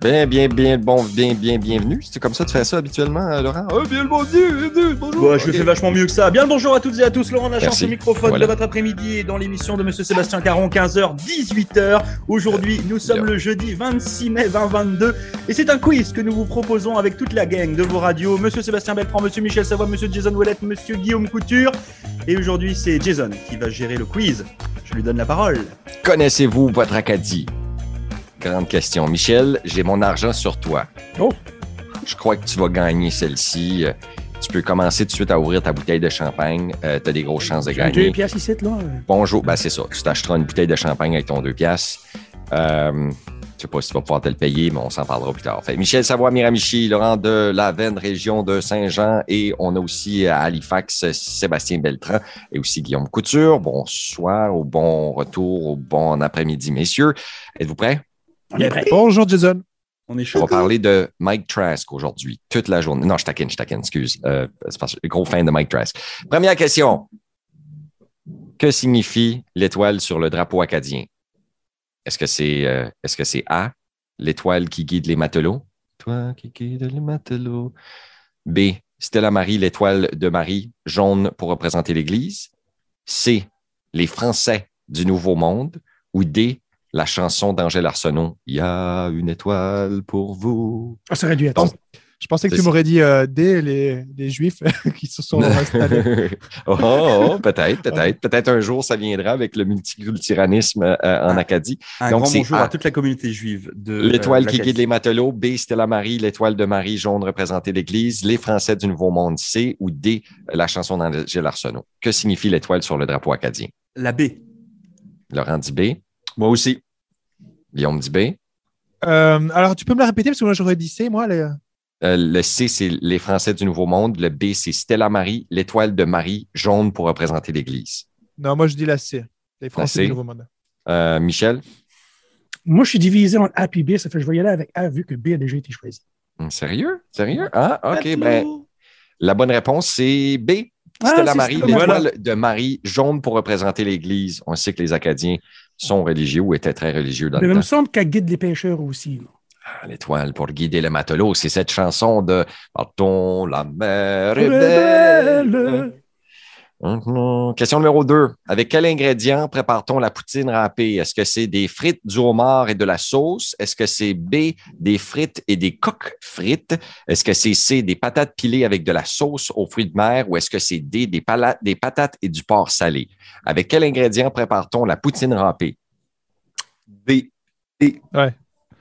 Bien, bien, bien, bon, bien, bien, bienvenue. C'est comme ça que tu fais ça habituellement, euh, Laurent? Ah, bien le bon Dieu, bienvenue, bonjour. Bah, je le Ok. fais vachement mieux que ça. Bien le bonjour à toutes et à tous. Laurent Lachance Merci. au microphone Voilà. de votre après-midi et dans l'émission de Monsieur Sébastien Caron, 15h, 18h. Aujourd'hui, nous sommes le jeudi 26 mai 2022 et c'est un quiz que nous vous proposons avec toute la gang de vos radios. Monsieur Sébastien Beltran, Monsieur Michel Savoie, Monsieur Jason Ouellette, Monsieur Guillaume Couture. Et aujourd'hui, c'est Jason qui va gérer le quiz. Je lui donne la parole. Connaissez-vous votre Acadie? Grande question. Michel, j'ai mon argent sur toi. Oh. Je crois que tu vas gagner celle-ci. Euh, Tu peux commencer tout de suite à ouvrir ta bouteille de champagne. Euh, T'as des grosses chances de J'ai Deux gagner. piastres ici, là. euh, Bonjour. Ben, c'est ça. Tu t'achèteras une bouteille de champagne avec ton 2 piastres. Euh, je sais pas si tu vas pouvoir te le payer, mais on s'en parlera plus tard. Fait, Michel Savoie, Miramichi, Laurent de Lavenne, région de Saint-Jean, et on a aussi à Halifax Sébastien Beltran et aussi Guillaume Couture. Bonsoir, au bon retour, au bon après-midi, messieurs. Êtes-vous prêts? On est prêt. Bonjour Jason. On est On chaud. va parler de Mike Trask aujourd'hui, toute la journée. Non, je taquine, je taquine, excuse. Euh, c'est parce que je suis gros fan de Mike Trask. Première question. Que signifie l'étoile sur le drapeau acadien? Est-ce que c'est euh, est-ce que c'est A, l'étoile qui guide les matelots? Toi qui guide les matelots. B, Stella Marie, l'étoile de Marie, jaune pour représenter l'Église. C, les Français du Nouveau Monde. Ou D, la chanson d'Angèle Arsenault, Il y a une étoile pour vous. Ah, ça aurait dû être. Bon. Je pensais que C'est tu m'aurais dit euh, dès les, les Juifs qui se sont installés. oh, oh, oh, peut-être, peut-être. Peut-être un jour, ça viendra avec le multiculturalisme euh, en Acadie. Un Donc, grand c'est bonjour A. à toute la communauté juive de L'étoile Ah. euh, qui guide l'Acadie. les matelots. B, Stella Marie. L'étoile de Marie, jaune, représentée l'Église. Les Français du Nouveau Monde. C ou D, la chanson d'Angèle Arsenault. Que signifie l'étoile sur le drapeau acadien? la B. Laurent dit B. Moi aussi. Guillaume dit B. Euh, alors, tu peux me la répéter parce que moi, j'aurais dit c'est moi. les- Euh, le C, c'est les Français du Nouveau Monde. Le B, c'est Stella Marie, l'étoile de Marie, jaune pour représenter l'Église. Non, moi, je dis la C. Les Français C. du Nouveau Monde. Euh, Michel, Moi, je suis divisé en A puis B, ça fait que je vais y aller avec A vu que B a déjà été choisi. Hum, sérieux? Sérieux? Ah, OK. Ben, Matelot. la bonne réponse, c'est B. Ah, Stella c'est Marie, Stella l'étoile Marie. de Marie, jaune pour représenter l'Église. On sait que les Acadiens sont religieux ou étaient très religieux dans Mais le il me temps. semble qu'elle guide les pêcheurs aussi. non? Ah, L'étoile pour guider le matelot, c'est cette chanson de Partons la mer est belle. Rebelle. Mhm. Question numéro 2. Avec quel ingrédient prépare-t-on la poutine râpée? Est-ce que c'est des frites, du homard et de la sauce? Est-ce que c'est B, des frites et des coques frites? Est-ce que c'est C, des patates pilées avec de la sauce aux fruits de mer? Ou est-ce que c'est D, des, pala- des patates et du porc salé? Avec quel ingrédient prépare-t-on la poutine râpée? B. D. Ouais.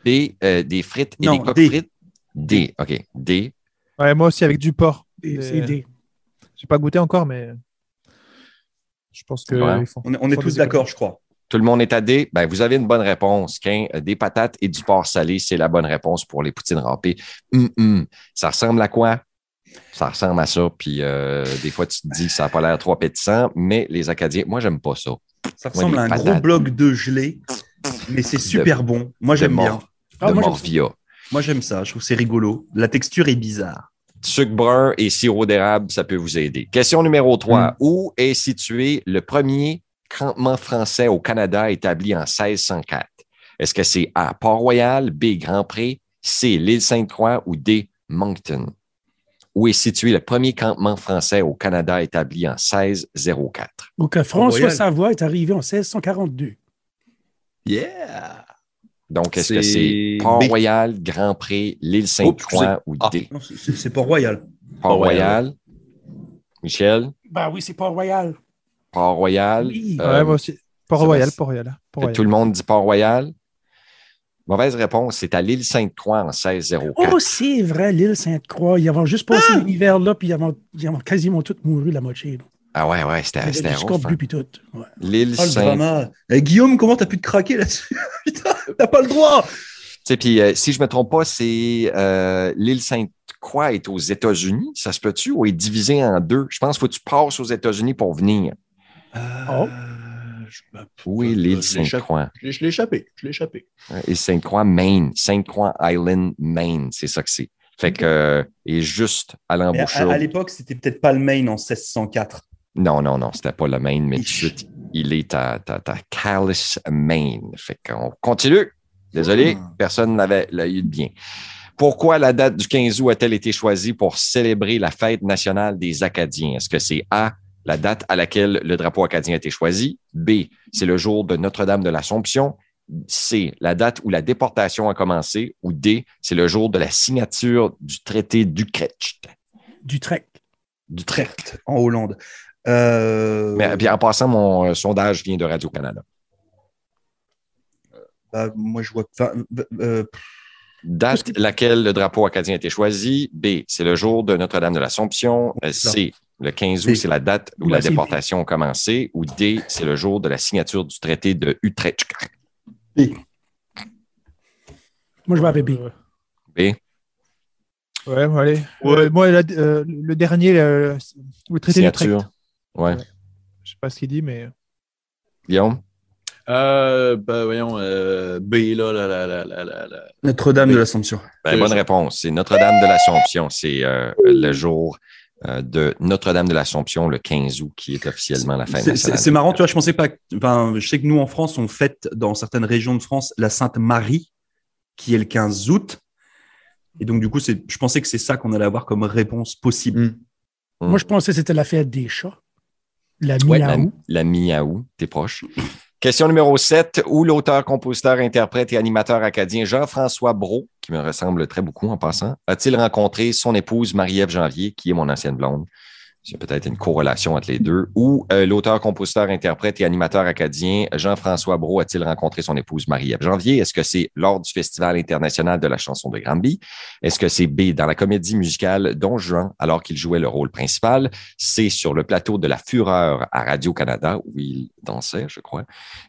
B, euh, des frites et Non, des coques D. frites? D, OK. D. Ouais, moi aussi, avec du porc. Et C'est D. J'ai pas goûté encore, mais je pense que Ouais. ils font- On est, on est font tous des d'accord, je crois. Tout le monde est à D. Ben, vous avez une bonne réponse. Quin, euh, des patates et du porc salé, c'est la bonne réponse pour les poutines râpées. Hum, hum. Ça ressemble à quoi? Ça ressemble à ça. Puis euh, des fois, tu te dis que ça n'a pas l'air trop appétissant, mais les Acadiens, moi, j'aime pas ça. Ça ressemble les à un gros patates. bloc de gelée, mais c'est super bon. Moi, de j'aime bien. mort. Ah, de moi, j'aime ça. Morvia. Moi, j'aime ça. Je trouve que c'est rigolo. La texture est bizarre. Sucre brun et sirop d'érable, ça peut vous aider. Question numéro 3. Où est situé le premier campement français au Canada établi en 1604? Est-ce que c'est A, Port-Royal, B, Grand-Pré, C, l'île Sainte-Croix ou D, Moncton? Où est situé le premier campement français au Canada établi en 1604? Donc, euh, François Royal. Savoie est arrivé en 1642. Yeah! Donc, est-ce que C'est c'est B. Port-Royal, Grand-Pré, l'île Sainte-Croix ou Ah, D, non, c'est- c'est c'est Port-Royal. Ah, Port-Royal? Michel, Ben oui, c'est Port-Royal. Port-Royal. Oui. Ouais, moi aussi. Port-Royal, Sébastien. Port-Royal. Fait que Tout Port-Royal. le monde dit Port-Royal. Mauvaise réponse, c'est à l'île Sainte-Croix en 1604. Oh, c'est vrai, l'île Sainte-Croix. Ils avaient juste Ah! passé l'hiver là, puis ils avaient, ils avaient quasiment tous mouru la moitié. là. Ah ouais, ouais, c'était Il y avait c'était du rough, scorbut hein. puis tout. Ouais. L'île Ah, le Sainte-Croix. drama. Eh, Guillaume, comment t'as pu te craquer là-dessus? Putain, t'as pas le droit! Puis euh, si je ne me trompe pas, c'est euh, l'île Sainte-Croix est aux États-Unis, ça se peut-tu, ou est divisée en deux? Je pense qu'il faut que tu passes aux États-Unis pour venir. Oh. Euh, je, bah, Oui, Euh, l'île je l'échappe. Sainte-Croix. je l'ai- je l'ai échappé. Je l'ai échappé. Ouais, Île Sainte-Croix, Maine. Sainte-Croix Island, Maine, c'est ça que c'est. Fait que, euh, et juste à Mais à l'embouchure. à l'époque, c'était peut-être pas le Maine en 1604. Non, non, non, c'était pas le Maine, mais tout de Ich. suite, il est à, à, à Calais, Maine. Fait qu'on continue. Désolé, Ah. personne n'avait l'a eu de bien. Pourquoi la date du 15 août a-t-elle été choisie pour célébrer la fête nationale des Acadiens? Est-ce que c'est A, la date à laquelle le drapeau acadien a été choisi? B, c'est le jour de Notre-Dame de l'Assomption? C, la date où la déportation a commencé? Ou D, c'est le jour de la signature du traité d'Utrecht? du trek. Du traité. Trecht, en Hollande. Euh, Mais puis en passant, mon euh, sondage vient de Radio-Canada. bah, moi, je vois. enfin, euh, euh, Date laquelle le drapeau acadien a été choisi. B, c'est le jour de Notre-Dame de l'Assomption. Euh, C, le 15 août, B. c'est la date où Moi, la c'est B. déportation a commencé. Ou D, c'est le jour de la signature du traité de Utrecht. Moi, je vais avec B. Euh, B. Ouais, ouais, allez. Ouais. Euh, moi, la- euh, le dernier, le, le traité de Trek. Signature. Ouais. Ouais. Je sais pas ce qu'il dit, mais. Guillaume? Euh, ben, voyons, euh, B, là, là, là, là, là, là, là. Notre-Dame de l'Assomption. Ben, Euh, bonne ça- réponse. C'est Notre-Dame de l'Assomption. C'est euh, le jour euh, de Notre-Dame de l'Assomption, le 15 août, qui Ah, est officiellement la fête C'est- C'est nationale. c'est marrant, tu vois, je pensais pas. que- Enfin, je sais que nous en France, on fête dans certaines régions de France la Sainte Marie, qui est le 15 août. Et donc, du coup, c'est- je pensais que c'est ça qu'on allait avoir comme réponse possible. Hmm. Mm. Moi, je pensais que c'était la fête des chats. La Ouais, ben- la, miaou. la miaou, t'es proche. Question numéro 7. Où l'auteur, compositeur, interprète et animateur acadien Jean-François Brault, qui me ressemble très beaucoup en passant, a-t-il rencontré son épouse Marie-Ève Janvier, qui est mon ancienne blonde? C'est peut-être une corrélation entre les deux. Ou euh, l'auteur, compositeur, interprète et animateur acadien Jean-François Brault a-t-il rencontré son épouse Marie-Ève Janvier? Est-ce que c'est lors du Festival international de la chanson de Granby? Est-ce que c'est B, dans la comédie musicale Don Juan, alors qu'il jouait le rôle principal? C'est sur le plateau de la Fureur à Radio-Canada où il dansait, je crois.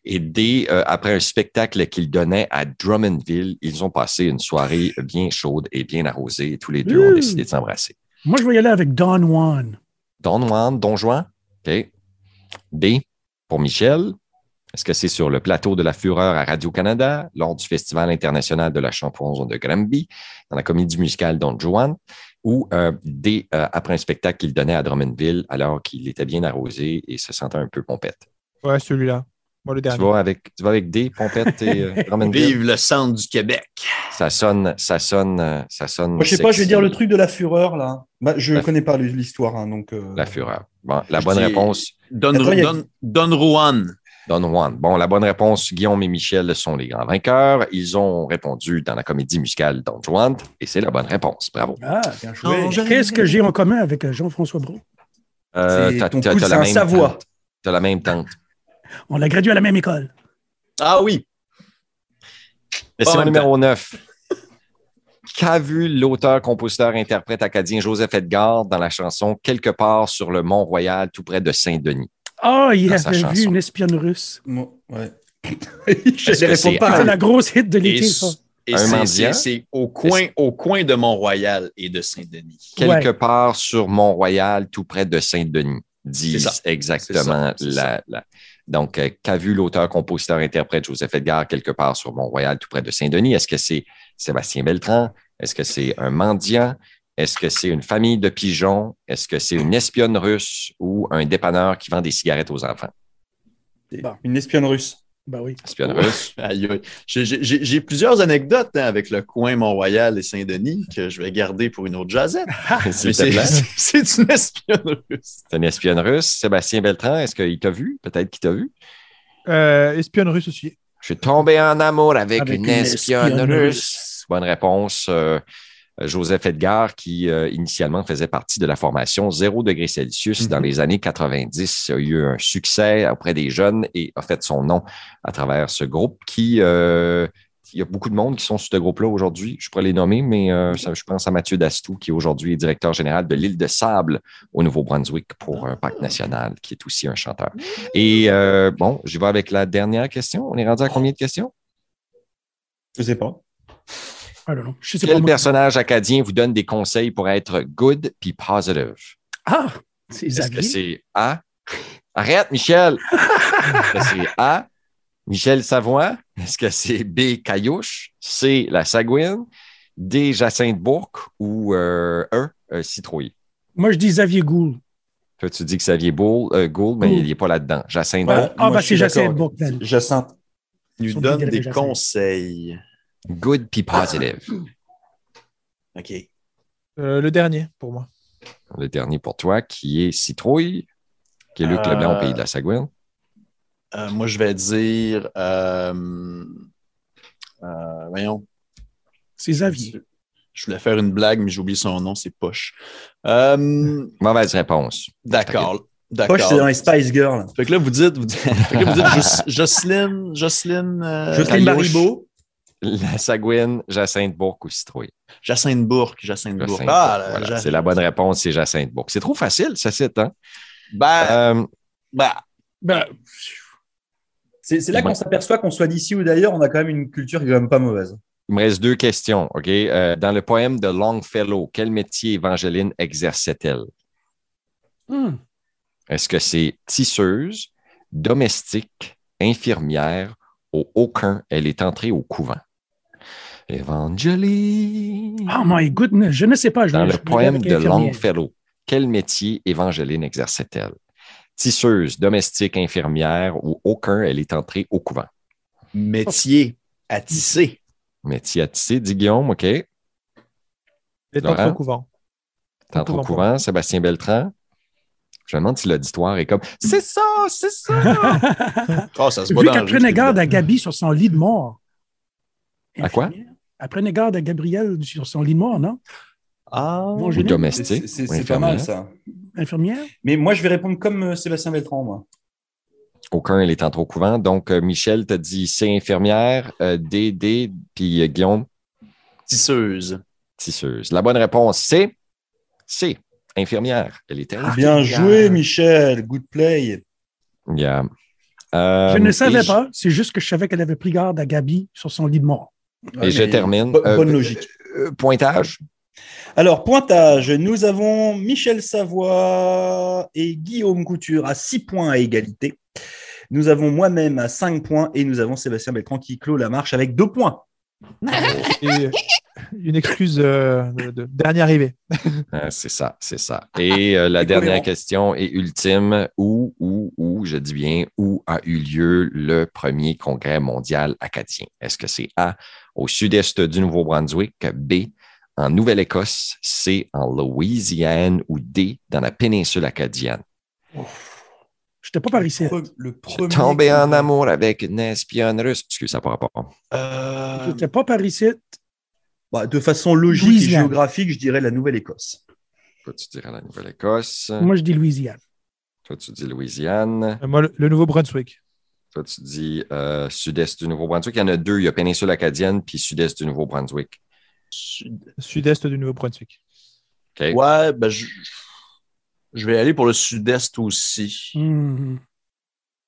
Et dès euh, après un spectacle qu'il donnait à Drummondville, ils ont passé une soirée bien chaude et bien arrosée. Et tous les deux ont Ouh. décidé de s'embrasser. Moi, je vais y aller avec Don Juan. Don Juan, Don Juan, OK. B, pour Michel. Est-ce que c'est sur le plateau de la Fureur à Radio-Canada, lors du Festival international de la chanson de Granby, dans la comédie musicale Don Juan, ou euh, D, euh, après un spectacle qu'il donnait à Drummondville alors qu'il était bien arrosé et se sentait un peu pompette? Ouais, celui-là. Moi, le Tu dernier. vas, avec, tu vas avec D, pompette et euh, Drummondville? Vive le centre du Québec. Ça sonne, ça sonne, euh, ça sonne. Moi, je sais pas, je vais sexy, dire le truc de la fureur, là. Bah, je La- connais pas l'histoire, hein, donc. euh, La Fureur. Bon, la Je bonne dis- réponse, Don, Attends, il y a- Don, Don Juan. Don Juan. Bon, la bonne réponse, Guillaume et Michel sont les grands vainqueurs. Ils ont répondu dans la comédie musicale Don Juan et c'est la bonne réponse. Bravo. Ah, bien joué. Non, je- Qu'est-ce que j'ai en commun avec euh, Jean-François Brault? Euh, C'est- t'as- ton t'as- couple, t'as c'est la un même Savoie. tante. T'as la même tante. On a gradué à la même école. Ah oui. Question même numéro 9. Qu'a vu l'auteur, compositeur, interprète acadien Joseph Edgar dans la chanson Quelque part sur le Mont-Royal, tout près de Saint-Denis? Ah, il Dans sa avait vu chanson. une espionne russe. Moi, ouais. Est-ce je que ne c'est réponds C'est pas. la grosse hit de Et, l'été, ça. et Un c'est- mendiant? c'est c'est au coin, au coin de Mont-Royal et de Saint-Denis. Quelque part sur Mont-Royal, tout près de Saint-Denis. C'est Disent ça. exactement C'est ça. C'est la, la- Donc, euh, qu'a vu l'auteur, compositeur, interprète Joseph Edgar quelque part sur Mont-Royal, tout près de Saint-Denis? Est-ce que c'est Sébastien Beltran? Est-ce que c'est un mendiant? Est-ce que c'est une famille de pigeons? Est-ce que c'est une espionne russe ou un dépanneur qui vend des cigarettes aux enfants? Bon. Bah, Une espionne russe. Ben oui. Espionne russe. Aïe, aïe. J'ai- J'ai j'ai- j'ai plusieurs anecdotes hein, avec le coin Mont-Royal et Saint-Denis que je vais garder pour une autre jazette. s'il Mais te c'est plaît. c'est- c'est une espionne russe. C'est une espionne russe. Sébastien Beltran, est-ce qu'il t'a vu? Peut-être qu'il t'a vu. Euh, espionne russe aussi. Je suis tombé en amour avec, Avec une, une espionne, espionne russe. Bonne réponse. euh, Joseph Edgar, qui euh, initialement faisait partie de la formation 0 degré Celsius dans Mhm. les années 90, a eu un succès auprès des jeunes et a fait son nom à travers ce groupe qui. euh, il y a beaucoup de monde qui sont sur ce groupe-là aujourd'hui. Je pourrais les nommer, mais euh, ça- je pense à Mathieu Dastou, qui aujourd'hui est directeur général de l'île de Sable au Nouveau-Brunswick pour un parc national, qui est aussi un chanteur. Et euh, bon, j'y vais avec la dernière question. On est rendu à combien de questions? Je sais pas. I don't know. Ah, Je sais pas. Quel moi. personnage acadien vous donne des conseils pour être good puis positive? Ah, c'est Est-ce que Xavier. c'est A? Arrête, Michel! Est-ce que c'est A? Michel Savoie? Est-ce que c'est B? Caillouche? C? La Sagouine? D? Jacinthe Bourque? Ou euh, E? euh, Citroën? Moi, je dis Xavier Gould. Toi, tu dis que Xavier Bourque, euh, Gould, mais Gould. il n'est pas là-dedans. Jacinthe Ouais. Bourque. Ah, moi, bah je suis c'est Jacinthe d'accord. Bourdel. Jacinthe. Il Son nous donne dégât de des Jacinthe. conseils. Good puis positive. OK. Euh, le dernier, pour moi. Le dernier pour toi, qui est Citrouille, qui est Luc Euh, Leblanc au pays de la Sagouine. Euh, moi, je vais dire. euh, euh, voyons. C'est Xavier. Je voulais faire une blague, mais j'ai oublié son nom, c'est Poche. Euh, Mauvaise réponse. D'accord. Poche, c'est dans D'accord. les Spice Girls. Fait que là, vous dites, vous dites, fait que là, vous dites Jos- Jocelyne, Jocelyne, euh, Jocelyne Ayouch, Baribeau. La Sagouine, Jacinthe Bourque ou Citrouille. Jacinthe Bourque, Jacinthe Bourque. Jacinthe Ah, Bourque, là, voilà. Jac- C'est la bonne réponse, c'est Jacinthe Bourque. C'est trop facile, ça cite, hein? Ben, Euh, ben, Ben, c'est c'est là qu'on Ouais. s'aperçoit qu'on soit d'ici ou d'ailleurs, on a quand même une culture qui est quand même pas mauvaise. il me reste deux questions, OK? Euh, dans le poème de Longfellow, quel métier Évangeline exerçait-elle? Hmm. Est-ce que c'est tisseuse, domestique, infirmière ou aucun? Elle est entrée au couvent. Évangeline. Oh my goodness, je ne sais pas. Je Dans le je- je- poème avec de l'infirmière. Longfellow, quel métier Évangeline exerçait-elle? Tisseuse, domestique, infirmière ou aucun, elle est entrée au couvent. métier à tisser. Métier à tisser, dit Guillaume, OK. Les temps Laurent? trop couvent. T'entres au Couvent, couvent, Sébastien Beltran. Je me demande si l'auditoire est comme C'est ça, c'est ça! Oh, ça se voit Vu dans le qu'elle jeu, prenait c'est garde évident. à Gabi sur son lit de mort. À quoi? Infirmière. Elle prenait garde à Gabriel sur son lit de mort, non? Ah, Bon, ou je- domestique. C'est- C'est ou c'est pas mal infirmière. ça. Infirmière? Mais moi, je vais répondre comme euh, Sébastien Beltran, moi. Aucun, elle est entrée au couvent. Donc, euh, Michel t'a dit c'est infirmière, euh, DD, puis euh, Guillaume, tisseuse. tisseuse. La bonne réponse, c'est c'est infirmière. Elle était infirmière. Bien joué, Michel. Good play. Yeah. Euh, je ne et savais je- pas, c'est juste que je savais qu'elle avait pris garde à Gabi sur son lit de mort. Et Ouais, je Ah, mais- termine. Bo- Euh, bonne logique. euh, pointage. Alors, pointage, nous avons Michel Savoie et Guillaume Couture à 6 points à égalité. Nous avons moi-même à 5 points et nous avons Sébastien Beltran qui clôt la marche avec 2 points. Et une excuse euh, de, de dernier arrivé. Euh, c'est ça, c'est ça. Et euh, la C'est dernière cohérent. question est ultime. Où, où, où, je dis bien, où a eu lieu le premier congrès mondial acadien? Est-ce que c'est A, au sud-est du Nouveau-Brunswick, B, en Nouvelle-Écosse, C, en Louisiane ou D, dans la péninsule acadienne? Je n'étais pas par ici. Pre- Le Je premier. suis tombé en amour avec une espionne russe. Excuse, ça par rapport. Euh, Je n'étais pas par ici. Bah, de façon logique et Louisiane. géographique, je dirais la Nouvelle-Écosse. Toi, tu dirais la Nouvelle-Écosse. Moi, je dis Louisiane. Toi, tu dis Louisiane. Euh, Moi, le, le Nouveau-Brunswick. Toi, tu dis euh, sud-est du Nouveau-Brunswick. Il y en a deux. Il y a péninsule acadienne puis sud-est du Nouveau-Brunswick. sud- Sud-est du Nouveau-Brunswick. OK? Ouais, ben, je, je vais aller pour le sud-est aussi. Hmm.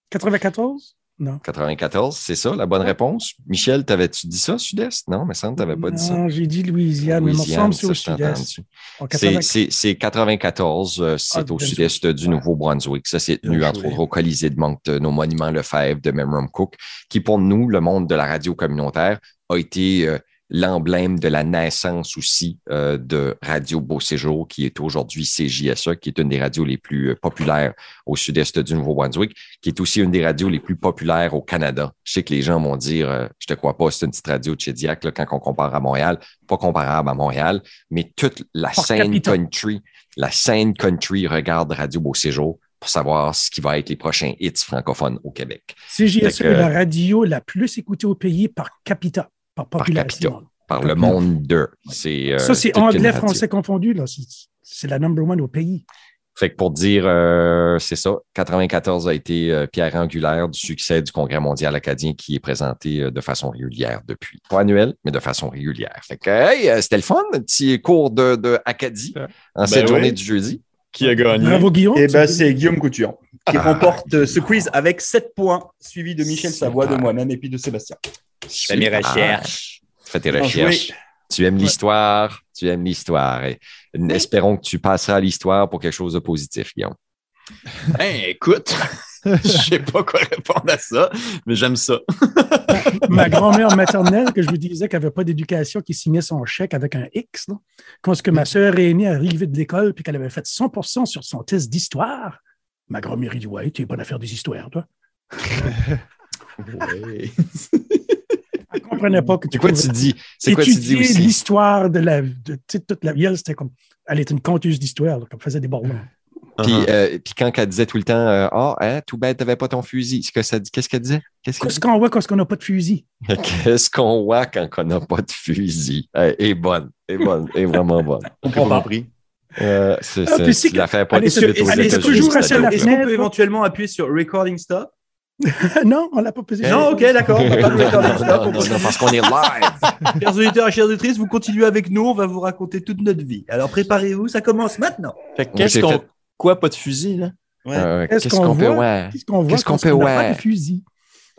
94? Non. 94, c'est ça la bonne réponse? Michel, t'avais-tu dit ça, sud-est? Non, mais ça, tu n'avais pas dit ça. Non, j'ai dit Louisiane, mais il me Louisiane, semble que c'est au ça, je t'ai sud-est. entendu. En C'est- 80. C'est c'est 94, euh, Ah, c'est au Brunswick. sud-est du Ouais. Nouveau-Brunswick. Ça, c'est tenu, Bien entre joué. autres, au Colisée de Moncton, nos monuments Lefebvre de Memram Cook, qui, pour nous, le monde de la radio communautaire, a été euh, l'emblème de la naissance aussi euh, de Radio Beau Séjour, qui est aujourd'hui CJSE, qui est une des radios les plus euh, populaires au sud-est du Nouveau-Brunswick, qui est aussi une des radios les plus populaires au Canada. Je sais que les gens vont dire, euh, je te crois pas, c'est une petite radio de Chédiac, là, quand on compare à Montréal. Pas comparable à Montréal, mais toute la Par scène capita. country la scène country regarde Radio Beau Séjour pour savoir ce qui va être les prochains hits francophones au Québec CJSE Fait que- est la radio la plus écoutée au pays par capita, par population. par le monde d'eux. C'est, euh, Ça, c'est toute une anglais, radio. français confondu. là. C'est- C'est la number one au pays. Fait que pour dire, euh, c'est ça, 94 a été euh, pierre angulaire du succès du Congrès mondial acadien qui est présenté euh, de façon régulière depuis. Pas annuel, mais de façon régulière. Fait que, hey, euh, c'était le fun, un petit cours de, de Acadie Ouais. en cette Ben journée oui. du jeudi. Qui a gagné? Bravo, Guillaume. Et ben, Tu- c'est Guillaume Couture qui Ah. remporte euh, ce quiz avec 7 points, suivi de Michel Super. Savoie, de moi-même et puis de Sébastien. Fais Ah, Fais tes Bien recherches. joué. Tu aimes l'histoire, tu aimes l'histoire. Et Espérons que tu passeras à l'histoire pour quelque chose de positif, Guillaume. Ben, écoute, je sais pas quoi répondre à ça, mais j'aime ça. Ma grand-mère maternelle, que je vous disais qu'elle n'avait pas d'éducation, qui signait son chèque avec un X, là. quand ce que ma sœur aînée arrivait de l'école puis qu'elle avait fait 100 sur son test d'histoire, ma grand-mère, il dit Ouais, tu es bonne à faire des histoires, toi. Ouais. Elle comprenais pas que C'est quoi tu pouvais dis? C'est quoi tu dis étudier aussi? l'histoire de la. De, tu sais, toute la gueule, c'était comme. Elle était une conteuse d'histoire, là, comme faisait des bordons. Puis, euh, puis quand elle disait tout le temps, euh, ah, hein, tout bête, t'avais pas ton fusil, ce que ça dit- qu'est-ce qu'elle disait? Qu'est-ce qu'elle Qu'est-ce qu'on voit quand on n'a pas de fusil? Qu'est-ce qu'on voit quand on n'a pas de fusil? Elle est bonne, est bonne, est vraiment bonne. J'ai pas compris. Euh, c'est, Ah, c'est- puis c'est tu que- la fais pas elle tout est de sur- suite aux elle est États-Unis, toujours cette à celle-là. joke-là. Est-ce qu'on peut éventuellement appuyer sur Recording Stop non, on l'a pas posé. Non, ok, d'accord. on va pas de Recording Eh. Non, non, Stop. non, non, parce qu'on est live. Chers auditeurs et chères auditrices, vous continuez avec nous, on va vous raconter toute notre vie. Alors préparez-vous, ça commence maintenant. Fait que Moi, qu'est-ce j'ai qu'on. fait- Quoi, pas de fusil, là? Euh, Qu'est-ce qu'est-ce qu'on qu'on peut voit? voir? Qu'est-ce qu'on voit Qu'est-ce qu'on quand peut on n'a voir? pas de fusil?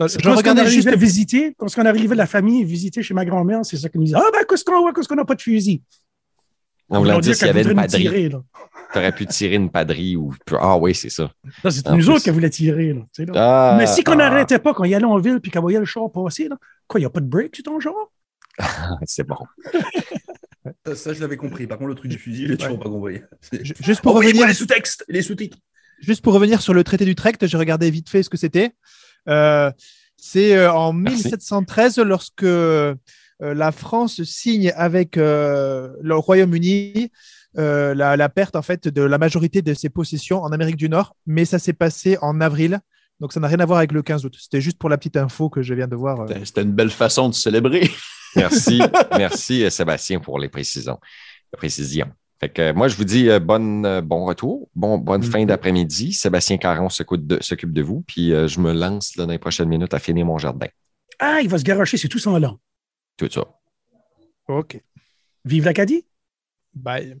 Euh, Je Quand on regardais arrivait juste à visiter, quand on arrivait de la famille, visiter chez ma grand-mère, c'est ça qu'ils nous disait. Ah, ben, qu'est-ce qu'on voit, qu'est-ce qu'on n'a pas de fusil? On voulait dire s'il y qu'elle avait une voudrait nous padrie. tirer, là. T'aurais pu tirer une padrie ou. Ah oui, c'est ça. Ça, c'est En nous plus. autres qu'elle voulait tirer, là, tu sais, là. Ah, Mais si qu'on ah, n'arrêtait pas, qu'on y allait en ville puis qu'on voyait le char passer, là, quoi, il n'y a pas de break sur ton genre? ah, C'est bon. Ça, ça, je l'avais compris. Par contre, le truc du fusil, je l'ai toujours pas compris. C'est- Ju- Juste pour, Envoyez-moi revenir, les sous-textes, les sous-titres. juste pour revenir sur le traité d'Utrecht, j'ai regardé vite fait ce que c'était. Euh, c'est euh, en Merci. 1713 lorsque euh, la France signe avec euh, le Royaume-Uni euh, la, la perte en fait de la majorité de ses possessions en Amérique du Nord, mais ça s'est passé en avril. Donc ça n'a rien à voir avec le 15 août. C'était juste pour la petite info que je viens de voir. euh. C'était- Ben, C'était une belle façon de célébrer. Merci, merci euh, Sébastien pour les précisions. les précisions. Fait que euh, moi, je vous dis euh, bonne, euh, bon retour, bon, bonne fin d'après-midi. Sébastien Caron s'occupe de, s'occupe de vous, puis euh, je me lance là, dans les prochaines minutes à finir mon jardin. Ah, il va se garocher, c'est tout son long. Tout ça. Ok. Vive l'Acadie! Bye.